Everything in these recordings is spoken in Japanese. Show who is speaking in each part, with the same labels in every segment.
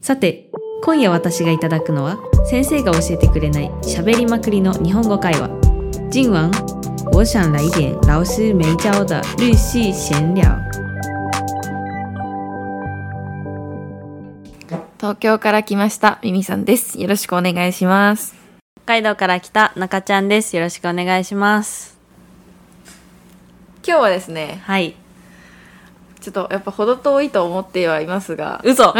Speaker 1: さて今夜私がいただくのは先生が教えてくれない喋りまくりの日本語会話今晚我想来一点老师没教的日系闲聊
Speaker 2: 東京から来ましたミミさんですよろしくお願いします
Speaker 1: 北海道から来た中ちゃんですよろしくお願いします
Speaker 2: 今日はですね
Speaker 1: はい
Speaker 2: ちょっとやっぱほど遠いと思ってはいますが
Speaker 1: 嘘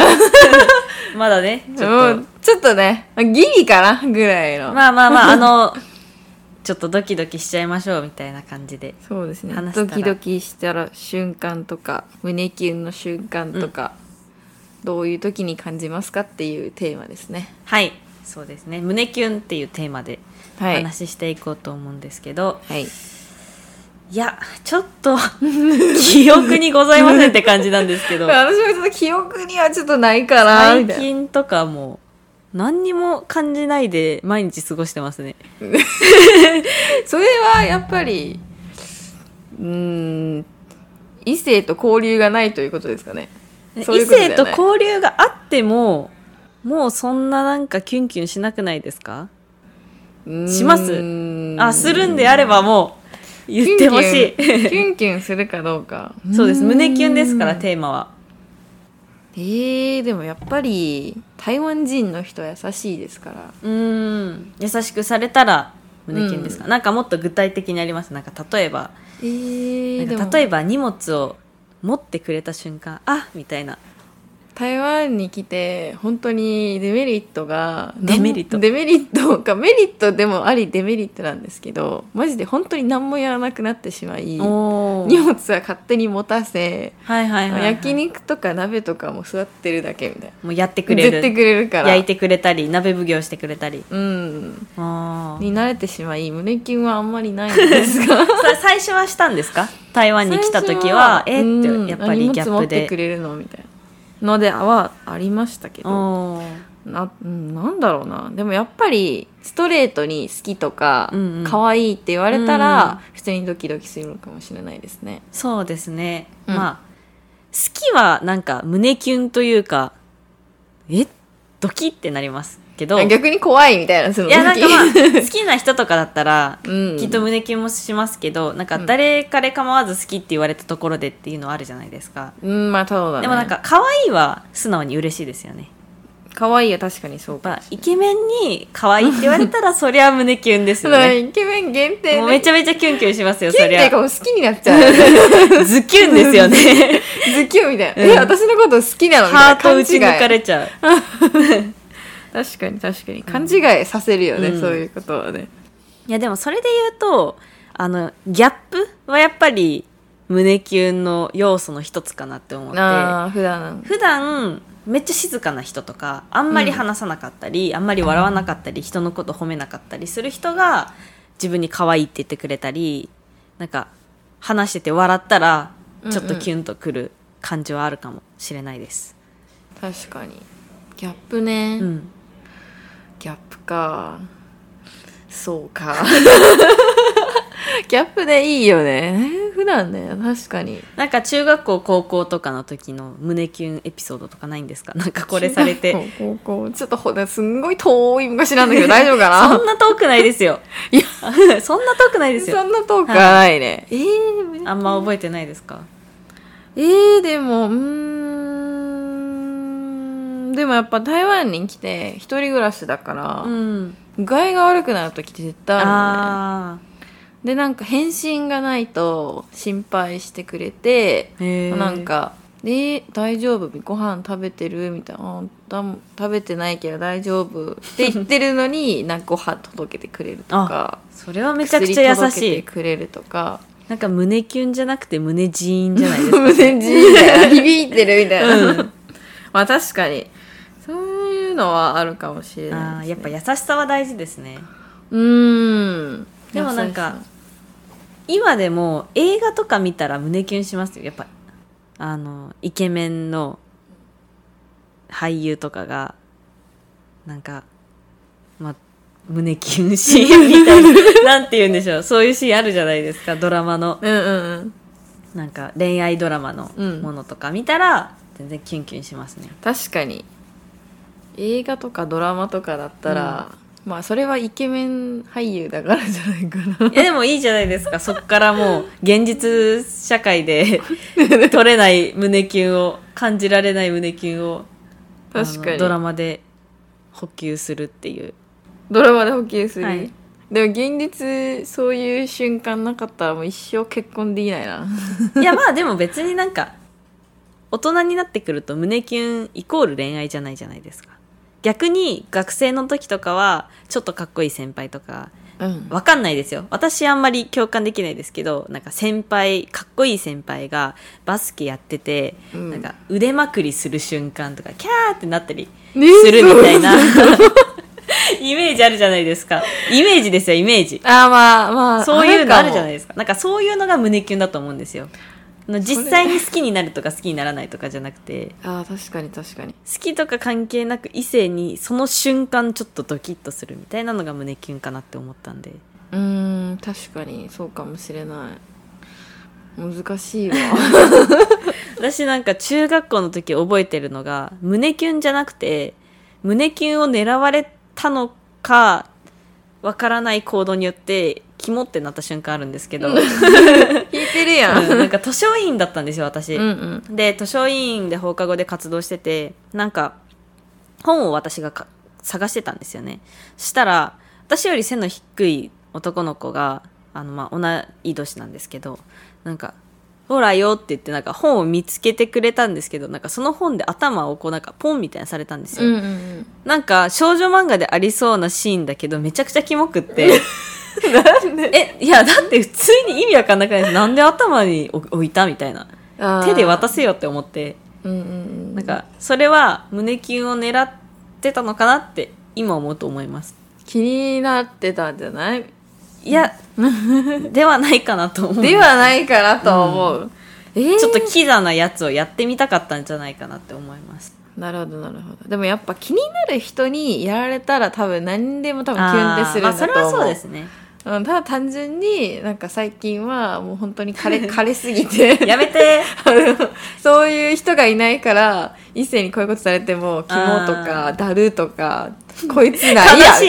Speaker 1: まだねち
Speaker 2: ち
Speaker 1: ょっ
Speaker 2: ょ
Speaker 1: と
Speaker 2: っとちょっとねギリかなぐらいの、
Speaker 1: まあまあまあ あのちょっとドキドキしちゃいましょうみたいな感じで
Speaker 2: そうですね
Speaker 1: 話した
Speaker 2: ド
Speaker 1: ら
Speaker 2: キドキしたら瞬間とか胸キュンの瞬間とか、どういう時に感じますかっていうテーマですね
Speaker 1: はいそうですね胸キュンっていうテーマでお
Speaker 2: はい
Speaker 1: 話ししていこうと思うんですけど、
Speaker 2: はい
Speaker 1: いや、ちょっと、記憶にございませんって感じなんですけ ど、
Speaker 2: 私もちょっと記憶にはちょっとないかな
Speaker 1: 最
Speaker 2: みたいな
Speaker 1: 近とかも、何にも感じないで毎日過ごしてますね。
Speaker 2: それはやっぱりうーん異性と交流がないということですかねそうい
Speaker 1: 異
Speaker 2: うことだよ
Speaker 1: 性
Speaker 2: ね
Speaker 1: と交流があっても、もうそんななんかキュンキュンしなくないですかしますあ、するんであればもう、言ってほし
Speaker 2: キュンキュンキュンキュンするかどうか
Speaker 1: い。そうです。胸キュンですから、
Speaker 2: うーん
Speaker 1: テーマは。
Speaker 2: えー、でもやっぱり台湾人の人は優しいですから
Speaker 1: うーん。優しくされたら、胸キュンですか、なんかもっと具体的にあります。なんか例えば、
Speaker 2: えー、
Speaker 1: な
Speaker 2: で
Speaker 1: ん
Speaker 2: も
Speaker 1: か例えば荷物を持ってくれた瞬間あみたいな
Speaker 2: 台湾に来て本当にデメリットが
Speaker 1: デメリット
Speaker 2: なんデメリットかメリットでもありデメリットなんですけどマジで本当に何もやらなくなってしまい
Speaker 1: お
Speaker 2: 荷物は勝手に持たせ、
Speaker 1: はいはいはい、はい、
Speaker 2: 焼肉とか鍋とかも座ってるだけみたいな
Speaker 1: もうやってくれ
Speaker 2: 絶
Speaker 1: る
Speaker 2: 対くれるから
Speaker 1: 焼いてくれたり鍋奉行してくれた り
Speaker 2: うん
Speaker 1: あー
Speaker 2: に慣れてしまい胸キュンはあんまりないんです
Speaker 1: さ
Speaker 2: が
Speaker 1: 最初はしたんですか台湾に来た時はえ
Speaker 2: う
Speaker 1: ーっ
Speaker 2: ん
Speaker 1: てやっぱりギャッ
Speaker 2: 荷物持
Speaker 1: プ
Speaker 2: ってく
Speaker 1: で
Speaker 2: れるのみたいなのではありましたけど
Speaker 1: おー
Speaker 2: な,、うん、なんだろうなでもやっぱりストレートに好きとか
Speaker 1: うんうん
Speaker 2: 可愛、いって言われた
Speaker 1: うんうん
Speaker 2: ら、普通にドキドキするのかもしれないですね
Speaker 1: そうですね、
Speaker 2: うん
Speaker 1: まあ好きはなんか胸キュンというかえドキってなりますけどい
Speaker 2: 逆に怖いみたいなその
Speaker 1: やなんかまあ
Speaker 2: 時
Speaker 1: 好きな人とかだったら
Speaker 2: うん、
Speaker 1: きっと胸キュンもしますけどなんか
Speaker 2: うん
Speaker 1: 誰彼構わず好きって言われたところでっていうのはあるじゃないですか、
Speaker 2: うんまあそうだ、ね、
Speaker 1: でもなんか可愛いは素直に嬉しいですよね
Speaker 2: 可愛いは確かにそうか
Speaker 1: やっぱイケメンに可愛いって言われた らそりゃ胸キュンです
Speaker 2: そ
Speaker 1: よ
Speaker 2: うだね
Speaker 1: ね
Speaker 2: イケメン限定
Speaker 1: もうめちゃ
Speaker 2: ゃ
Speaker 1: めちゃキュンキュンしますよ
Speaker 2: キュン
Speaker 1: そ
Speaker 2: っ
Speaker 1: り
Speaker 2: ていう
Speaker 1: ゃ
Speaker 2: かもう好きになっちゃう
Speaker 1: ズキュン ですよね
Speaker 2: ズキュンみたいな、
Speaker 1: うん
Speaker 2: え私のこと好きなのみたい
Speaker 1: ハ
Speaker 2: な
Speaker 1: ート
Speaker 2: 勘違
Speaker 1: 打
Speaker 2: い
Speaker 1: ち抜かれちゃう
Speaker 2: 確かに確かに勘違いさせるよね、
Speaker 1: うん
Speaker 2: そういうことはね
Speaker 1: いやでもそれで言うとあのギャップはやっぱり胸キュンの要素の一つかなって思って
Speaker 2: ああ普段
Speaker 1: 普段めっちゃ静かな人とかあんまり話さなかったり、あんまり笑わなかったり人のこと褒めなかったりする人が自分に可愛いって言ってくれたりなんか話してて笑ったらちょっとキュンとくる感じはあるかもしれないです。
Speaker 2: 確かにギャップね、
Speaker 1: うん
Speaker 2: ギャップかそうか ギャップでいいよね普段ね確かに
Speaker 1: なんか中学校高校とかの時の胸キュンエピソードとかないん ですかなんかこれされて
Speaker 2: 中学校高校ちょっとほすんごい遠い昔なんだけど大丈夫かな
Speaker 1: そんな遠くないですよ
Speaker 2: いや
Speaker 1: そんな遠くないですよ
Speaker 2: そんな遠くはないね。えー
Speaker 1: あんま覚えてないですか
Speaker 2: えーでも、うーん。でもやっぱ台湾に来て、一人暮らしだから、
Speaker 1: うん
Speaker 2: 具合が悪くなる時って絶対あるのね。
Speaker 1: あ
Speaker 2: で、なんか返信がないと心配してくれて、
Speaker 1: ーへー
Speaker 2: なんか、で、大丈夫ご飯食べてるみたいな。あだ食べてないけど大丈夫って言ってるの に、なんかご飯届けてくれるとか。
Speaker 1: それはめちゃくちゃ優
Speaker 2: 薬
Speaker 1: し
Speaker 2: 届けて
Speaker 1: い。
Speaker 2: くれるとか。
Speaker 1: なんか胸キュンじゃなくて胸ジーンじゃないです か。
Speaker 2: 無線人みたいな響いてるみたいな、
Speaker 1: う
Speaker 2: まあ確かにそういうのはあるかもしれ
Speaker 1: あ
Speaker 2: な
Speaker 1: あ、
Speaker 2: い
Speaker 1: や
Speaker 2: で
Speaker 1: っ
Speaker 2: す
Speaker 1: ぱ
Speaker 2: ね
Speaker 1: 優しさは大事ですね。
Speaker 2: うーん
Speaker 1: でもなんか今でも映画とか見たら胸キュンしますよ。やっぱ、あの、イケメンの俳優とかが、なんか、ま、胸キュンシーンみたい な、なんて言うんでしょう。そういうシーンあるじゃないですか、ドラマの。
Speaker 2: 優しさうんうんうん
Speaker 1: なんか恋愛ドラマのものとか見たら、全然キュンキュンしますね。
Speaker 2: 確かに映画とかドラマとかだったら、まあそれはイケメン俳優だからじゃないか な
Speaker 1: いやでもいいじゃないですかそっからもう現実社会で 取れない胸キュンを感じられない胸キュンを
Speaker 2: 確か
Speaker 1: あ
Speaker 2: に
Speaker 1: のドラマで補給するっていう
Speaker 2: ドラマで補給する、
Speaker 1: はい
Speaker 2: でも現実そういう瞬間なかったらもう一生結婚できない な
Speaker 1: いやまあでも別になんか大人になってくると胸キュンイコール恋愛じゃないじゃないですか逆に学生の時とかはちょっとかっこいい先輩とか
Speaker 2: うん
Speaker 1: わかんないですよ。私あんまり共感できないですけど、なんか先輩、かっこいい先輩がバスケやってて、
Speaker 2: うん
Speaker 1: なんか腕まくりする瞬間とか、キャーってなったり
Speaker 2: ね
Speaker 1: するみたいな、
Speaker 2: そう
Speaker 1: イメージあるじゃないですか。イメージですよ、イメージ。
Speaker 2: あーまあまあ
Speaker 1: そういうのあるじゃない
Speaker 2: い
Speaker 1: ですか。なんかそういうのが胸キュンだと思うんですよ。あの実際に好きになるとか好きにならないとかじゃなくて、
Speaker 2: あー確かに確かに
Speaker 1: 好きとか関係なく異性にその瞬間ちょっとドキッとするみたいなのが胸キュンかなって思ったんで。
Speaker 2: うーん確かにそうかもしれない難し いわ
Speaker 1: 私なんか中学校の時覚えてるのが胸キュンじゃなくて胸キュンを狙われたのかわからない行動によってキモってなった瞬間あるんですけど、うん
Speaker 2: 聞いてるやん
Speaker 1: なんか図書委員だったんですよ 私、
Speaker 2: うんうん
Speaker 1: で図書委員で放課後で活動しててなんか本を私がか探してたんですよねしたら私より背の低い男の子があのまあ同い年なんですけどなんか「ほらよ」って言ってなんか本を見つけてくれたんですけどなんかその本で頭をこうなんかポンみたいなされたんですよ、
Speaker 2: うんうん
Speaker 1: なんか少女漫画でありそうなシーンだけどめちゃくちゃキモく って
Speaker 2: なんで
Speaker 1: えいやだって普通に意味わかんなくないですなんで頭に置置いたみたいな手で渡
Speaker 2: す
Speaker 1: せよって思って
Speaker 2: うんうんうん
Speaker 1: なんかそれは胸キュンを狙ってたのかなって今思うと思います
Speaker 2: 気になってたんじゃない
Speaker 1: いや ではないかなと思う
Speaker 2: ではないかなとは思う、えー
Speaker 1: ちょっとキザなやつをやってみたかったんじゃないかなって思います
Speaker 2: なるほどなるほどでもやっぱ気になる人にやられたら多分何でも多分キュンってするん
Speaker 1: あーま
Speaker 2: だ
Speaker 1: あ
Speaker 2: と
Speaker 1: そ
Speaker 2: 思
Speaker 1: れ
Speaker 2: う、
Speaker 1: はそうですね
Speaker 2: うん、ただ単純になんか最近はもう本当に枯れ枯れすぎて
Speaker 1: やめて
Speaker 2: そういう人がいないから異性にこういうことされてもキモとかだるとかこいつ
Speaker 1: 悲
Speaker 2: ないや
Speaker 1: しい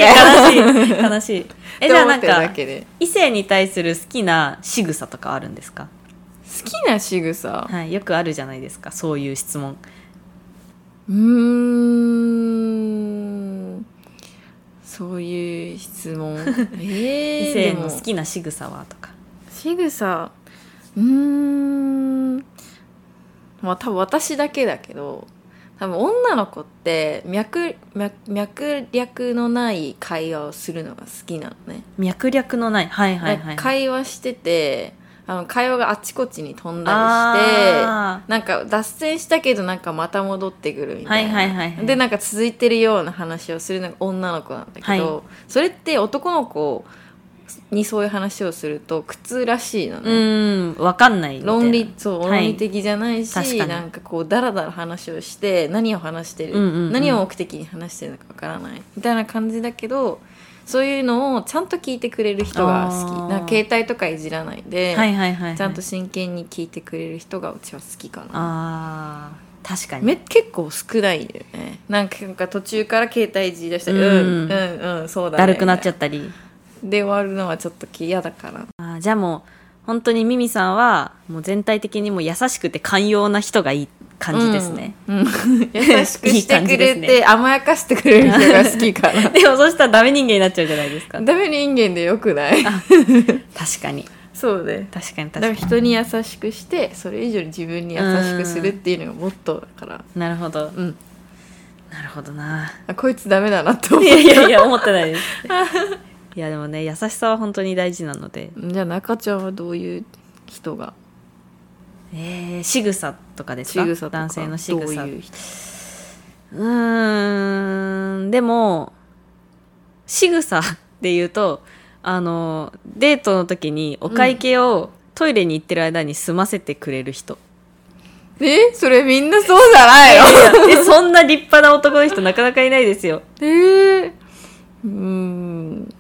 Speaker 2: みたな
Speaker 1: 悲 しい悲しいえじゃあな
Speaker 2: っ
Speaker 1: ん
Speaker 2: て思ってるだ
Speaker 1: か
Speaker 2: けで
Speaker 1: 異性に対する好きな仕草とかあるんですか、
Speaker 2: 好きな仕草
Speaker 1: はい、よくあるじゃないですかそういう質問
Speaker 2: うーんそういう 質問ええ
Speaker 1: 異
Speaker 2: ー、で
Speaker 1: 性の
Speaker 2: も
Speaker 1: 好きな仕草はとか
Speaker 2: 仕草うーんまあ多分私だけだけど多分女の子って脈脈脈略のない会話をするのが好きなのね、
Speaker 1: 脈略のないはいはいはい
Speaker 2: なんか会話しててあの会話があちこちに飛んだりして
Speaker 1: あー
Speaker 2: なんか脱線したけどなんかまた戻ってくるみたいな、
Speaker 1: はいはいはいはい
Speaker 2: でなんか続いてるような話をするのが女の子なんだけど、それって男の子にそういう話をすると苦痛らしいの
Speaker 1: う
Speaker 2: ね、
Speaker 1: ーん、わかんないみたいな。
Speaker 2: 論理そう
Speaker 1: はい
Speaker 2: 論理的じゃないし、
Speaker 1: 確かに
Speaker 2: なんかこうダラダラ話をして何を話してる、
Speaker 1: うんうんうん
Speaker 2: 何を目的に話してるのかわからないみたいな感じだけどそういうのをちゃんと聞いてくれる人が好き
Speaker 1: あー
Speaker 2: なんか携帯とかいじらないで、
Speaker 1: はいはいはいはい。
Speaker 2: ちゃんと真剣に聞いてくれる人がうちは好きかな
Speaker 1: あー、確かに。
Speaker 2: め結構少ないよねなんかなんか途中から携帯いじり出したり
Speaker 1: う
Speaker 2: うんん
Speaker 1: う
Speaker 2: うん
Speaker 1: ん
Speaker 2: うん、そうだね
Speaker 1: だるくなっちゃ
Speaker 2: っ
Speaker 1: ったり。
Speaker 2: たで終わるのはちょっと嫌だから
Speaker 1: あーじゃあもう、本当にミミさんは、もう全体的にもう優しくて寛容な人がいい感じですね。、
Speaker 2: う んうん優しく
Speaker 1: いい
Speaker 2: して
Speaker 1: 感
Speaker 2: く
Speaker 1: じで
Speaker 2: れ
Speaker 1: す
Speaker 2: て
Speaker 1: ね
Speaker 2: 甘やかしてくれる人が好きかな
Speaker 1: でもそしたらダメ人間になっちゃうじゃないですか。
Speaker 2: ダメ人間でよくない
Speaker 1: 確かに。
Speaker 2: そうね
Speaker 1: 確かに確か
Speaker 2: だか
Speaker 1: らに。
Speaker 2: 人に優しくしてそれ以上に自分に優しくするっていうのがモットーだから
Speaker 1: なるほど。
Speaker 2: うん
Speaker 1: なるほどな。
Speaker 2: あこいつダメだなって 思
Speaker 1: いうやいやいや、思ってないです。 いやでもね、優しさは本当に大事なので。
Speaker 2: じゃあ中ちゃんはどういう人が
Speaker 1: えー、仕草とかです
Speaker 2: 仕
Speaker 1: か
Speaker 2: 草とか
Speaker 1: 男性の仕
Speaker 2: どう
Speaker 1: 草
Speaker 2: いう人
Speaker 1: うーん、でも、仕草 で言うと、あの、デートの時にお会計をトイレに行ってる間に済ませてくれる人。
Speaker 2: えそれみんなそうじゃないの
Speaker 1: え、そんな立派な男の人 なかなかいないですよ。
Speaker 2: えー、うーん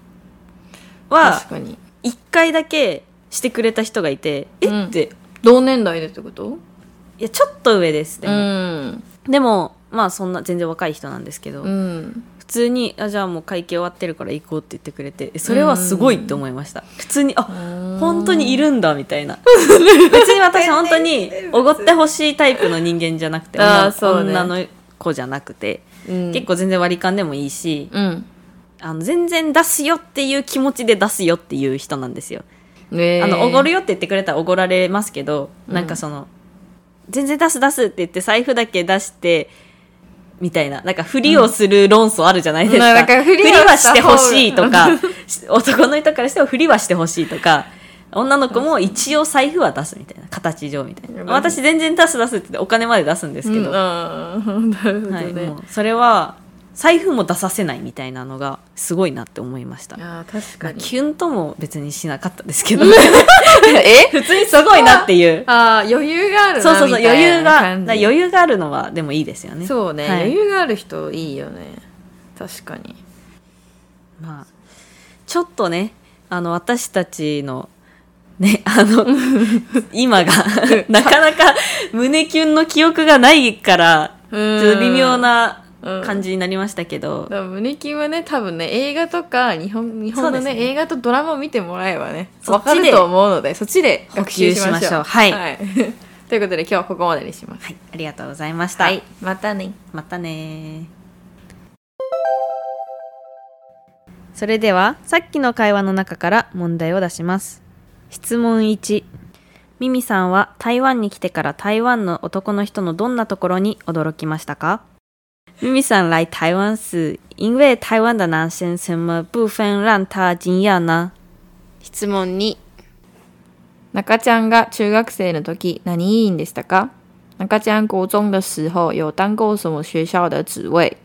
Speaker 2: 確
Speaker 1: は、
Speaker 2: かに
Speaker 1: 一回だけしてくれた人がいて、え、
Speaker 2: うん
Speaker 1: って、
Speaker 2: 同年代でってこと
Speaker 1: いや、ちょっと上です。で
Speaker 2: う
Speaker 1: も
Speaker 2: ん
Speaker 1: でもまあそんな全然若い人なんですけど、
Speaker 2: うん
Speaker 1: 普通にあ「じゃあもう会計終わってるから行こう」って言ってくれてえそれはすごいって思いました普通にあ本当にいるんだみたいな別に私本当 におごってほしいタイプの人間じゃなくて
Speaker 2: あー
Speaker 1: 女,、
Speaker 2: そうね
Speaker 1: 女の子じゃなくて、
Speaker 2: うん
Speaker 1: 結構全然割り勘でもいいし
Speaker 2: うん
Speaker 1: あの全然出すよっていう気持ちで出すよっていう人なんですよ
Speaker 2: ね
Speaker 1: あの、おごる
Speaker 2: よ
Speaker 1: よって言ってくれたらおごられますけど、
Speaker 2: うん
Speaker 1: なんかその、全然出す出すって言って財布だけ出して、みたいな。なんか、ふりをする論争あるじゃないですか。
Speaker 2: うんなんか
Speaker 1: ふ
Speaker 2: ふ
Speaker 1: り
Speaker 2: りを
Speaker 1: はし
Speaker 2: してた方
Speaker 1: ほ
Speaker 2: が
Speaker 1: しいとか、し男の人からしてもふりはしてほしいとか、女の子も一応財布は出すみたいな。形上みたいな。
Speaker 2: うん
Speaker 1: 私全然出す出すって言ってお金まで出すんですけど、
Speaker 2: うん、なるほどね、
Speaker 1: はい、もう、それは、財布も出させないみたいなのが、すごいなって思いました。
Speaker 2: あー確
Speaker 1: ま
Speaker 2: か
Speaker 1: あ、
Speaker 2: に
Speaker 1: キュンとも別にしなかったですけど。
Speaker 2: え
Speaker 1: 普通にすごいなっていう。
Speaker 2: ああ余裕があるな
Speaker 1: そうそうそう、
Speaker 2: みた
Speaker 1: 余
Speaker 2: い
Speaker 1: 裕
Speaker 2: な
Speaker 1: が、
Speaker 2: 感じ
Speaker 1: 余裕があるのはでもいいですよね。
Speaker 2: そうね、
Speaker 1: はい
Speaker 2: 余裕がある人いいよね確かに
Speaker 1: まあ、ちょっとね、あの、私たちの、ね、あ の、今が、なかなか胸キュンの記憶がないから、ち
Speaker 2: ちょ
Speaker 1: ょっと微妙な
Speaker 2: うん
Speaker 1: 感じになりましたけど、
Speaker 2: 胸キュンはね多分ね映画とか日本日本
Speaker 1: そ
Speaker 2: の
Speaker 1: うで
Speaker 2: ね
Speaker 1: すね
Speaker 2: 映画とドラマを見てもらえばね
Speaker 1: そ
Speaker 2: わ
Speaker 1: っちで
Speaker 2: かると思うのでそっちで学習しましょう
Speaker 1: 補給しましょうはい
Speaker 2: という ことで今日はここまでにします
Speaker 1: はい、ありがとうございました。
Speaker 2: またね
Speaker 1: またねそれではさっきの会話の中から問題を出します質問1ミミさんは台湾に来てから台湾の男の人のどんなところに驚きましたかミミさん来台湾时因为台湾的男生什么部分让他惊讶呢
Speaker 3: 質問に
Speaker 2: 中ちゃんが中学生の時何委員でしたか中ちゃん高中的时候有当过什么学校的职位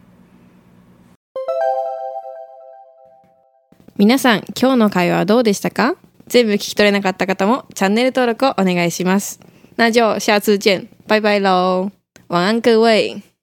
Speaker 3: 皆さん今日の会話はどうでしたか全部聞き取れなかった方もチャンネル登録をお願いします那就下次见拜拜喽晚安各位